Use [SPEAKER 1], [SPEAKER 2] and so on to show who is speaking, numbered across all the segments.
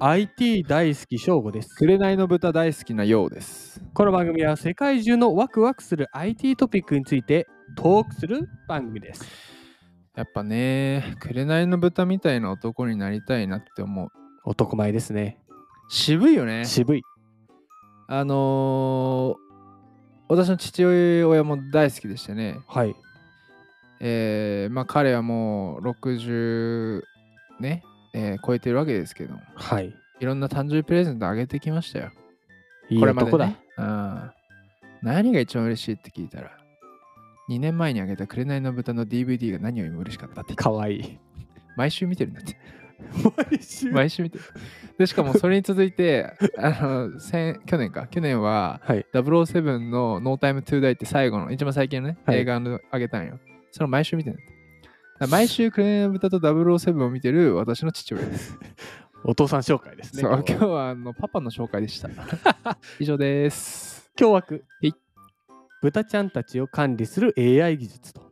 [SPEAKER 1] IT 大好き翔吾です。
[SPEAKER 2] 紅の豚大好きなようです。
[SPEAKER 1] この番組は世界中のワクワクする IT トピックについてトークする番組です。
[SPEAKER 2] やっぱね、紅の豚みたいな男になりたいなって思う。
[SPEAKER 1] 男前ですね。
[SPEAKER 2] 渋いよね。
[SPEAKER 1] 渋い。
[SPEAKER 2] あのー私の父親も大好きでしてね、
[SPEAKER 1] はい。
[SPEAKER 2] えーまあ彼はもう60ね、えー超えてるわけですけども、
[SPEAKER 1] はい。
[SPEAKER 2] いろんな誕生日プレゼントあげてきましたよ。
[SPEAKER 1] いい
[SPEAKER 2] これまで、
[SPEAKER 1] 男だ。
[SPEAKER 2] ね。うん何が一番嬉しいって聞いたら、2年前にあげた紅の豚の DVD が何よりも嬉しかったって言って
[SPEAKER 1] かわいい。
[SPEAKER 2] 毎週見てるんだって。
[SPEAKER 1] 毎週
[SPEAKER 2] 毎週見てる。で、しかもそれに続 いて、あの、先去年か、去年は、
[SPEAKER 1] はい。
[SPEAKER 2] 007の No Time to Die って最後の、一番最近のね、
[SPEAKER 1] はい
[SPEAKER 2] 映画のあげたんよ。それを毎週見てるんだって。だから毎週、クレーンの豚と007を見てる私の父親です。
[SPEAKER 1] お父さん紹介ですね。
[SPEAKER 2] そう、今
[SPEAKER 1] 今
[SPEAKER 2] 日
[SPEAKER 1] 日は
[SPEAKER 2] はあのパパの紹介 でした。以上です。
[SPEAKER 1] 凶悪。
[SPEAKER 2] い
[SPEAKER 1] 豚ちゃんたちを管理する AI 技術と。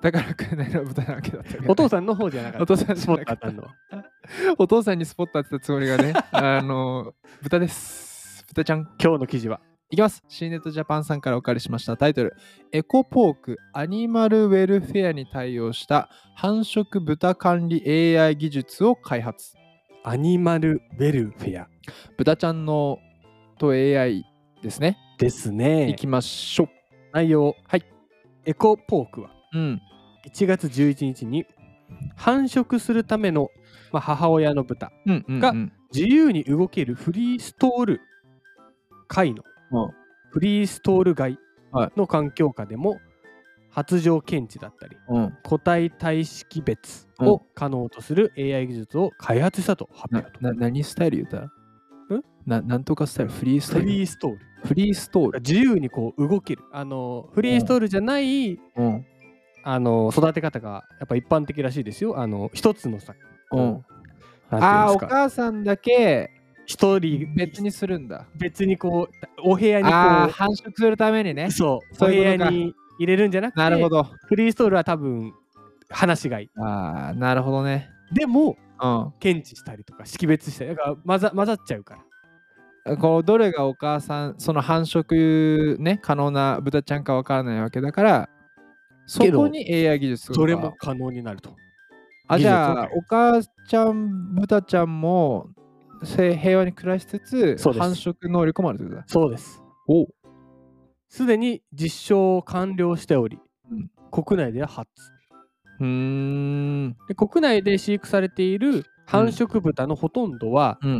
[SPEAKER 2] だからクレーンの豚なわけだったけどね、
[SPEAKER 1] お父さんの方じゃなか
[SPEAKER 2] お
[SPEAKER 1] った。
[SPEAKER 2] 父さん
[SPEAKER 1] ス
[SPEAKER 2] じ
[SPEAKER 1] ポ
[SPEAKER 2] ゃ
[SPEAKER 1] ッ
[SPEAKER 2] な
[SPEAKER 1] ト
[SPEAKER 2] か
[SPEAKER 1] 当
[SPEAKER 2] った
[SPEAKER 1] たんのは。
[SPEAKER 2] お父さんにスポット当てたつもりがね、あの、豚です。豚ちゃん。
[SPEAKER 1] 今日の記事は。
[SPEAKER 2] いきます。シーネットジャパンさんからお借りしましたタイトル。エコポークアニマルウェルフェアに対応した繁殖豚管理 AI 技術を開発。
[SPEAKER 1] アニマルウェルフェア
[SPEAKER 2] 豚ちゃんのと AI ですね。
[SPEAKER 1] です
[SPEAKER 2] い
[SPEAKER 1] ね。
[SPEAKER 2] きましょう。
[SPEAKER 1] 内容。
[SPEAKER 2] はい。
[SPEAKER 1] エコポークは
[SPEAKER 2] うん。
[SPEAKER 1] 1月11日に繁殖するための、まあ、母親の豚
[SPEAKER 2] うんうん、うん。
[SPEAKER 1] が自由に動けるフリーストール飼いの
[SPEAKER 2] うん
[SPEAKER 1] フリーストール外
[SPEAKER 2] はい
[SPEAKER 1] の環境下でも発情検知だったり
[SPEAKER 2] うん、
[SPEAKER 1] 個体体識別
[SPEAKER 2] う
[SPEAKER 1] を
[SPEAKER 2] ん
[SPEAKER 1] 可能とする AI 技術を開発したと発
[SPEAKER 2] な
[SPEAKER 1] 表と。
[SPEAKER 2] な何スタイル言うたらななんとかスタイルフリースタ
[SPEAKER 1] フ
[SPEAKER 2] イル
[SPEAKER 1] リーストール
[SPEAKER 2] フリーストール、
[SPEAKER 1] 自由にこう動けるあのフリーストールじゃない、
[SPEAKER 2] うん
[SPEAKER 1] あの育て方がやっぱ一般的らしいですよあの一つのさ、
[SPEAKER 2] う
[SPEAKER 1] こ
[SPEAKER 2] ん、
[SPEAKER 1] うな
[SPEAKER 2] あ
[SPEAKER 1] んていうんで
[SPEAKER 2] あお
[SPEAKER 1] すか
[SPEAKER 2] 母さんだけ
[SPEAKER 1] 一人
[SPEAKER 2] 別にするんだ
[SPEAKER 1] 別にこうお部屋に
[SPEAKER 2] ああ
[SPEAKER 1] こ
[SPEAKER 2] 繁殖するためにね
[SPEAKER 1] うそう
[SPEAKER 2] そう
[SPEAKER 1] お部
[SPEAKER 2] いう
[SPEAKER 1] 屋
[SPEAKER 2] ことか
[SPEAKER 1] に入れるんじゃなくて
[SPEAKER 2] なるほど
[SPEAKER 1] フリーストールは多分話し飼い
[SPEAKER 2] ああなるほどね
[SPEAKER 1] でも
[SPEAKER 2] うん
[SPEAKER 1] 検知したりとか識別したりだから混ざ混ざっちゃうから
[SPEAKER 2] こうどれがお母さんその繁殖ね可能な豚ちゃんかわからないわけだからそ
[SPEAKER 1] けど
[SPEAKER 2] こに AI 技術が
[SPEAKER 1] それも可能になると
[SPEAKER 2] あ
[SPEAKER 1] 技
[SPEAKER 2] じ
[SPEAKER 1] 術を
[SPEAKER 2] ゃあお母ちゃん豚ちゃんもせ平和に暮らしつつ
[SPEAKER 1] そうです
[SPEAKER 2] 繁殖能力もあるってことだ
[SPEAKER 1] そうです
[SPEAKER 2] お
[SPEAKER 1] すでに実証を完了しており、
[SPEAKER 2] うん
[SPEAKER 1] 国内では初
[SPEAKER 2] うーん
[SPEAKER 1] で国内で飼育されている繁殖豚のほとんどは、
[SPEAKER 2] うん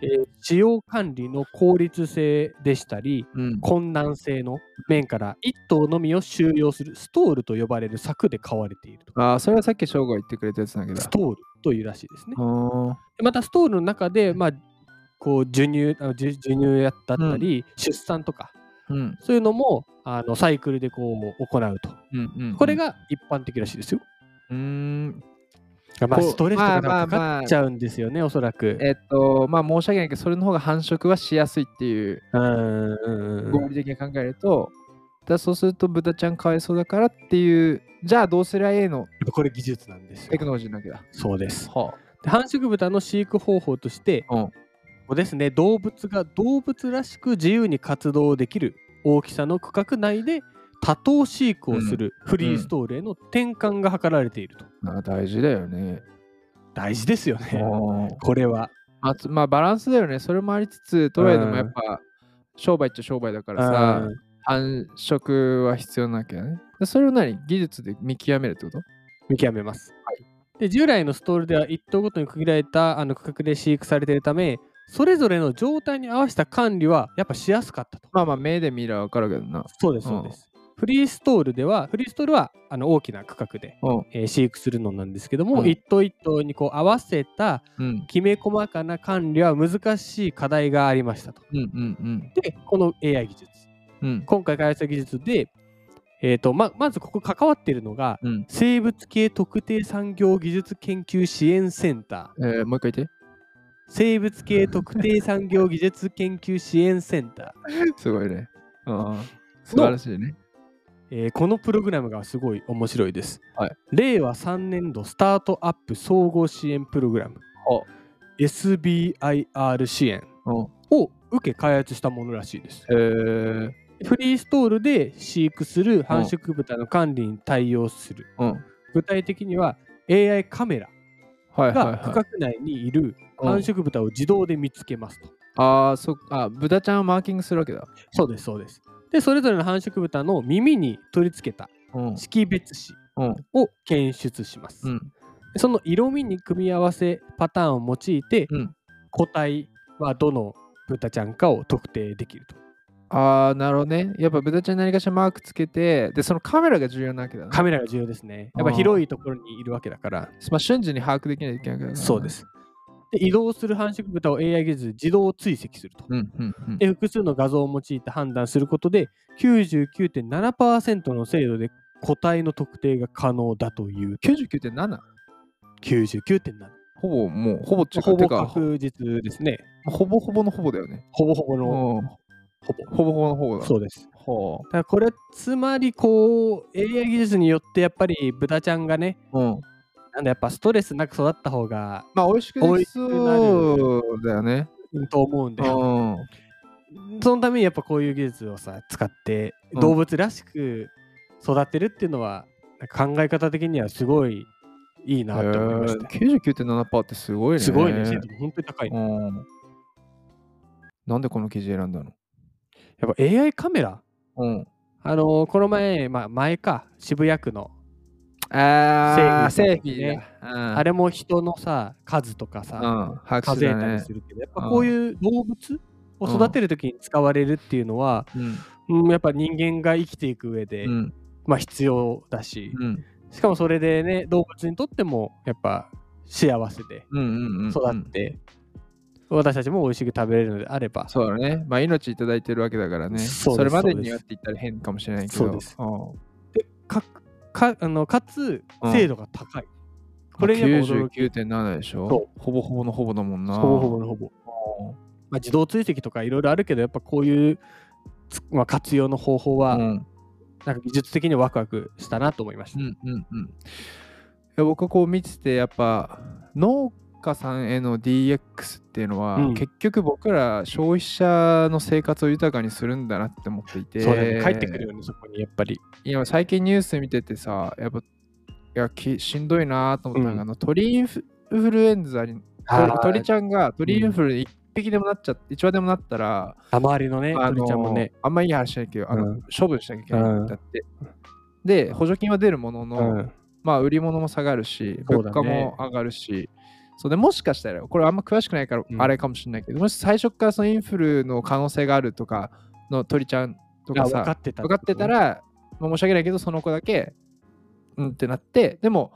[SPEAKER 1] えー使用管理の効率性でしたり
[SPEAKER 2] うん
[SPEAKER 1] 困難性の面から1頭のみを収容するストールと呼ばれる柵で飼われていると
[SPEAKER 2] ああそれはさっき翔吾が言ってくれたやつなわけだ
[SPEAKER 1] ストールというらしいですね
[SPEAKER 2] うーん
[SPEAKER 1] でまたストールの中で、まあ、こう授乳あの授授乳やったり、出産とか
[SPEAKER 2] うん
[SPEAKER 1] そういうのもあのサイクルでこう行うと
[SPEAKER 2] うんうん
[SPEAKER 1] これが一般的らしいですよ、
[SPEAKER 2] うーん
[SPEAKER 1] まあ、
[SPEAKER 2] こう
[SPEAKER 1] ストレスとかがか
[SPEAKER 2] まあまあ
[SPEAKER 1] か
[SPEAKER 2] まあ
[SPEAKER 1] っちゃうんですよね、おそらく
[SPEAKER 2] えっとまあ申し訳ないけどそれの方が繁殖はしやすいっていう
[SPEAKER 1] うんうんう
[SPEAKER 2] 合
[SPEAKER 1] ん
[SPEAKER 2] 理的に考えると、だからそうすると豚ちゃんかわいそうだからっていうじゃあどうすりゃええの
[SPEAKER 1] これ技術なんです
[SPEAKER 2] テク
[SPEAKER 1] よ
[SPEAKER 2] ノロジーなわけだ。
[SPEAKER 1] そうです
[SPEAKER 2] は
[SPEAKER 1] で繁殖豚の飼育方法として、
[SPEAKER 2] うん
[SPEAKER 1] こうですね動物が動物らしく自由に活動できる大きさの区画内で多頭飼育をするフリーストールへの転換が図られていると、
[SPEAKER 2] あ、大事だよね。
[SPEAKER 1] 大事ですよね、これは
[SPEAKER 2] あつまあバランスだよね。それもありつつ、とはいえでもやっぱ商売っちゃ商売だからさ、
[SPEAKER 1] うん
[SPEAKER 2] 繁殖は必要なわけだね。でそれを何技術で見極めるってこと
[SPEAKER 1] 見極めます、で従来のストールでは1頭ごとに区切られたあの区画で飼育されているためそれぞれの状態に合わせた管理はやっぱしやすかったと
[SPEAKER 2] まあまあ目で見りゃわかるけどな。
[SPEAKER 1] そうです
[SPEAKER 2] うん
[SPEAKER 1] そうです、フリーストールではフリーストールはあの大きな区画で、
[SPEAKER 2] うん
[SPEAKER 1] えー飼育するのなんですけども、
[SPEAKER 2] うん
[SPEAKER 1] 一頭一頭にこう合わせた
[SPEAKER 2] うん
[SPEAKER 1] きめ細かな管理は難しい課題がありましたと
[SPEAKER 2] うんうん
[SPEAKER 1] でこの AI 技術
[SPEAKER 2] うんうん
[SPEAKER 1] 今回開発した技術で、えー、とままずここ関わっているのが
[SPEAKER 2] うん。
[SPEAKER 1] 生物系特定産業技術研究支援センター
[SPEAKER 2] えーもう一回言っ
[SPEAKER 1] 生物系特定産業技術研究支援センター、
[SPEAKER 2] て。すごいね。うん素晴らしいね。
[SPEAKER 1] えーこのプログラムがすごい面白いです、
[SPEAKER 2] はい
[SPEAKER 1] 令和3年度スタートアップ総合支援プログラム
[SPEAKER 2] は
[SPEAKER 1] SBIR 支援
[SPEAKER 2] うん
[SPEAKER 1] を受け開発したものらしいです。
[SPEAKER 2] へー
[SPEAKER 1] フリーストールで飼育する繁殖豚の管理に対応する。
[SPEAKER 2] うん。
[SPEAKER 1] 具体的には AI カメラ
[SPEAKER 2] はいはい
[SPEAKER 1] が区画
[SPEAKER 2] は
[SPEAKER 1] 内にいる
[SPEAKER 2] い。
[SPEAKER 1] 繁殖豚を自動で見つけますと。
[SPEAKER 2] うんああ、そっか。あ豚ちゃんをマーキングするわけだ。
[SPEAKER 1] そうです、そうです。で、それぞれの繁殖豚の耳に取り付けた
[SPEAKER 2] うん。
[SPEAKER 1] 識別子
[SPEAKER 2] うん。
[SPEAKER 1] を検出します。
[SPEAKER 2] うん。
[SPEAKER 1] その色味に組み合わせパターンを用いて、
[SPEAKER 2] うん
[SPEAKER 1] 個体はどの豚ちゃんかを特定できると。
[SPEAKER 2] ああ、なるほどね。やっぱ豚ちゃんに何かしらマークつけて、で、そのカメラが重要なわけだね。
[SPEAKER 1] カメラが重要ですね。やっぱ広いところにいるわけだから。
[SPEAKER 2] まあ、瞬時に把握できないといけないから、
[SPEAKER 1] そうで。す。で移動する繁殖豚を AI 技術で自動追跡すると。
[SPEAKER 2] うんうんうん。
[SPEAKER 1] で複数の画像を用いて判断することで99.7%の精度で個体の特定が可能だという
[SPEAKER 2] 99.7?
[SPEAKER 1] 99.7。
[SPEAKER 2] ほぼもう、ほぼっていうか
[SPEAKER 1] ほぼ
[SPEAKER 2] てか
[SPEAKER 1] 確実ですね。
[SPEAKER 2] ほぼほぼのほぼだよね。
[SPEAKER 1] ほぼほぼの
[SPEAKER 2] ほ
[SPEAKER 1] ほ
[SPEAKER 2] ぼほぼのほぼ
[SPEAKER 1] ぼ。
[SPEAKER 2] だ。
[SPEAKER 1] そうです。
[SPEAKER 2] ほ
[SPEAKER 1] だからこれつまりこう AI 技術によってやっぱり豚ちゃんがね
[SPEAKER 2] う。うん。
[SPEAKER 1] なんだやっぱストレスなく育った方が
[SPEAKER 2] まあ、美味しくできそうだよね。
[SPEAKER 1] いいと思うん
[SPEAKER 2] う
[SPEAKER 1] で
[SPEAKER 2] ん。
[SPEAKER 1] そのためにやっぱこういう技術をさ使って
[SPEAKER 2] うん
[SPEAKER 1] 動物らしく育てるっていうのは、なんか考え方的にはすごいいいなと思いました、
[SPEAKER 2] へー99.7%ってすごいね。
[SPEAKER 1] すごいね精度本当に高い、
[SPEAKER 2] うん。なんでこの記事選んだの
[SPEAKER 1] やっぱ AI カメラ
[SPEAKER 2] うん。
[SPEAKER 1] あのーこの前、まあ、前か渋谷区の、
[SPEAKER 2] あー、セーフィー
[SPEAKER 1] ね
[SPEAKER 2] だ。
[SPEAKER 1] あ
[SPEAKER 2] あれ
[SPEAKER 1] れも人のさ数とかさ、
[SPEAKER 2] うん、把握
[SPEAKER 1] 数
[SPEAKER 2] して
[SPEAKER 1] え
[SPEAKER 2] た
[SPEAKER 1] たり
[SPEAKER 2] ね
[SPEAKER 1] す。るけど、やっぱこういう動物を育てるときに使われるっていうのは、
[SPEAKER 2] うん。
[SPEAKER 1] うん、やっぱ人間が生きていく上で、
[SPEAKER 2] うん。
[SPEAKER 1] まあ必要だし、
[SPEAKER 2] うん。
[SPEAKER 1] しかもそれでね動物にとってもやっぱ幸せで
[SPEAKER 2] うん。うん。うん
[SPEAKER 1] 育って、私たちも美味しく食べれるのであれば
[SPEAKER 2] そうだね。まあ、命いただいてるわけだからね。
[SPEAKER 1] そうです
[SPEAKER 2] それまで
[SPEAKER 1] そう
[SPEAKER 2] に
[SPEAKER 1] です
[SPEAKER 2] はって言ったら変かもしれないけど。
[SPEAKER 1] そうです
[SPEAKER 2] ん
[SPEAKER 1] かかあのかつ
[SPEAKER 2] うん
[SPEAKER 1] 精度が高い、こ
[SPEAKER 2] これ
[SPEAKER 1] れにやっぱ驚き
[SPEAKER 2] 99.7でしょ
[SPEAKER 1] そ
[SPEAKER 2] ほぼほぼのほぼだもんな。
[SPEAKER 1] ほぼほぼのほぼ、まあ、自動追跡とかいろいろあるけどやっぱこういう、つまあ、活用の方法は、
[SPEAKER 2] うん
[SPEAKER 1] なんか技術的にワクワクしたなと思いまし
[SPEAKER 2] う
[SPEAKER 1] た、
[SPEAKER 2] んうんうん。いや僕はこう見ててやっぱ農家さんへの DX っていうのは、
[SPEAKER 1] うん
[SPEAKER 2] 結局僕ら消費者の生活を豊かにするんだなって思っていて。
[SPEAKER 1] そうだね帰ってくるよねそこにやっぱり
[SPEAKER 2] 今最近ニュース見ててさ、やっぱいやきしんどいなと思ったのが、
[SPEAKER 1] うん
[SPEAKER 2] あの鳥インフルエンザに鳥鳥ちゃんが鳥インフルに1匹でもなっちゃって、一羽でもなったら、
[SPEAKER 1] あ周りのね
[SPEAKER 2] あの
[SPEAKER 1] 鳥ちゃんもね
[SPEAKER 2] あんまいい話しないけど、あの
[SPEAKER 1] うん
[SPEAKER 2] 処分しなきゃいけないんだって。で、補助金は出るものの、
[SPEAKER 1] うん
[SPEAKER 2] まあ、売り物も下がるし、
[SPEAKER 1] そう
[SPEAKER 2] 物
[SPEAKER 1] だね
[SPEAKER 2] 価も上がるし、そうでもしかしたら、これあんま詳しくないから
[SPEAKER 1] うん
[SPEAKER 2] あれかもしれないけど、もし最初からそのインフルの可能性があるとかの鳥ちゃんとか
[SPEAKER 1] あ
[SPEAKER 2] さ、
[SPEAKER 1] 分かってた
[SPEAKER 2] 分かってたら、まあ、申し訳ないけどその子だけうんってなってでも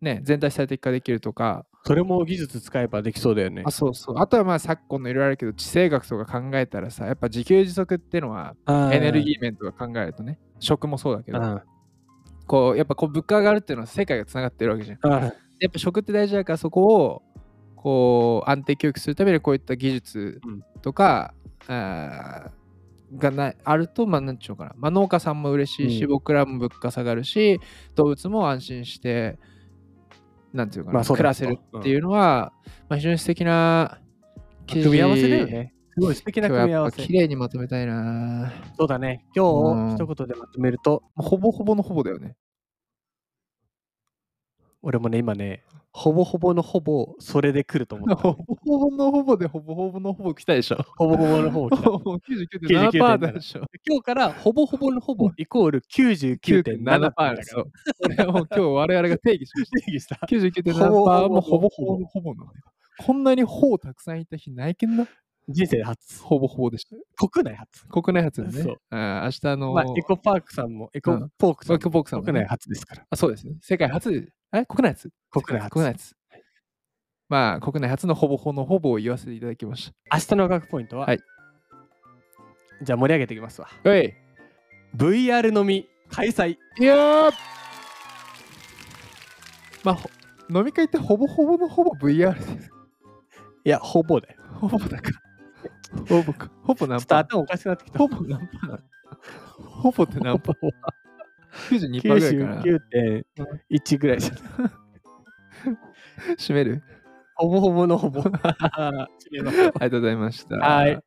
[SPEAKER 2] ね全体最適化できるとか
[SPEAKER 1] それも技術使えばできそうだよね
[SPEAKER 2] あそうそうあとはまあ昨今のいろいろあるけど地政学とか考えたらさやっぱ自給自足ってのはエネルギー面とか考えるとね食もそうだけ
[SPEAKER 1] う
[SPEAKER 2] ど
[SPEAKER 1] ん
[SPEAKER 2] こうやっぱこう物価が上がるっていうのは世界がつながってるわけじゃん
[SPEAKER 1] うん
[SPEAKER 2] やっぱ食って大事だからそこをこう安定教育するためにこういった技術とか、あーがないあるとまあ何ちゅうのかな、まあ、農家さんも嬉しいし、
[SPEAKER 1] うん
[SPEAKER 2] 僕らも物価下がるし動物も安心してなんていうのかな、
[SPEAKER 1] まあそうだ
[SPEAKER 2] 暮らせるっていうのは、まあ、非常に素敵な記事
[SPEAKER 1] 組み合わせだよね。すごい素敵な
[SPEAKER 2] 今日
[SPEAKER 1] 組み合
[SPEAKER 2] やっ
[SPEAKER 1] わ
[SPEAKER 2] ぱ
[SPEAKER 1] せ
[SPEAKER 2] 綺。麗にまとめたいな
[SPEAKER 1] そうだね。今日
[SPEAKER 2] うん
[SPEAKER 1] を一言でまとめると、
[SPEAKER 2] ほぼほぼのほぼだよね
[SPEAKER 1] 俺もね、今ね、ほぼほぼのほぼ、それで来ると思った。
[SPEAKER 2] ほぼほぼのほぼでほぼほぼのほぼ来たでしょ
[SPEAKER 1] ほぼほぼのほぼ来 た。
[SPEAKER 2] 99.7%だでしょ
[SPEAKER 1] 今日からほぼほぼのほぼイコール99.7%だから
[SPEAKER 2] 99.7%そう。これはもう 今日我々が定義しまし
[SPEAKER 1] 定義した
[SPEAKER 2] た。99.7%もほぼほぼほぼなのよ。こんなにほぼたくさんいた日ないけんな。
[SPEAKER 1] 人生初。
[SPEAKER 2] ほぼほぼでした。
[SPEAKER 1] 国内初。
[SPEAKER 2] 国内初です
[SPEAKER 1] そ
[SPEAKER 2] ね
[SPEAKER 1] う。
[SPEAKER 2] あー明日の、
[SPEAKER 1] まあ、エコパークさんも、エコ
[SPEAKER 2] うん
[SPEAKER 1] ポークさん
[SPEAKER 2] エコ
[SPEAKER 1] も
[SPEAKER 2] ポークさんもね
[SPEAKER 1] 国内初ですから。
[SPEAKER 2] あそうですね。世界初で、え国内初
[SPEAKER 1] 国内初。
[SPEAKER 2] 国内初。まあ、国内初のほぼほぼのほぼを言わせていただきまし
[SPEAKER 1] 明日の学ポイントは、
[SPEAKER 2] はい
[SPEAKER 1] じゃあ盛り上げていきますわ。
[SPEAKER 2] た。はい。
[SPEAKER 1] VR のみ開催。
[SPEAKER 2] いやーまあ、ほ飲み会ってほぼほぼのほぼ VR です。
[SPEAKER 1] いや、ほぼだよ。
[SPEAKER 2] ほぼだから。 ほぼか。ほぼ
[SPEAKER 1] ちょ
[SPEAKER 2] 何
[SPEAKER 1] っと
[SPEAKER 2] パー
[SPEAKER 1] 頭おかしくなってきた。
[SPEAKER 2] ほぼ何パーほぼって何パー ?92% ぐらいかな。
[SPEAKER 1] 99.1ぐらいじゃない
[SPEAKER 2] 閉める
[SPEAKER 1] ほぼほぼのほ ぼ。 違います
[SPEAKER 2] ありがとうございました。
[SPEAKER 1] はい。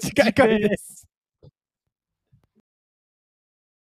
[SPEAKER 2] 次回です。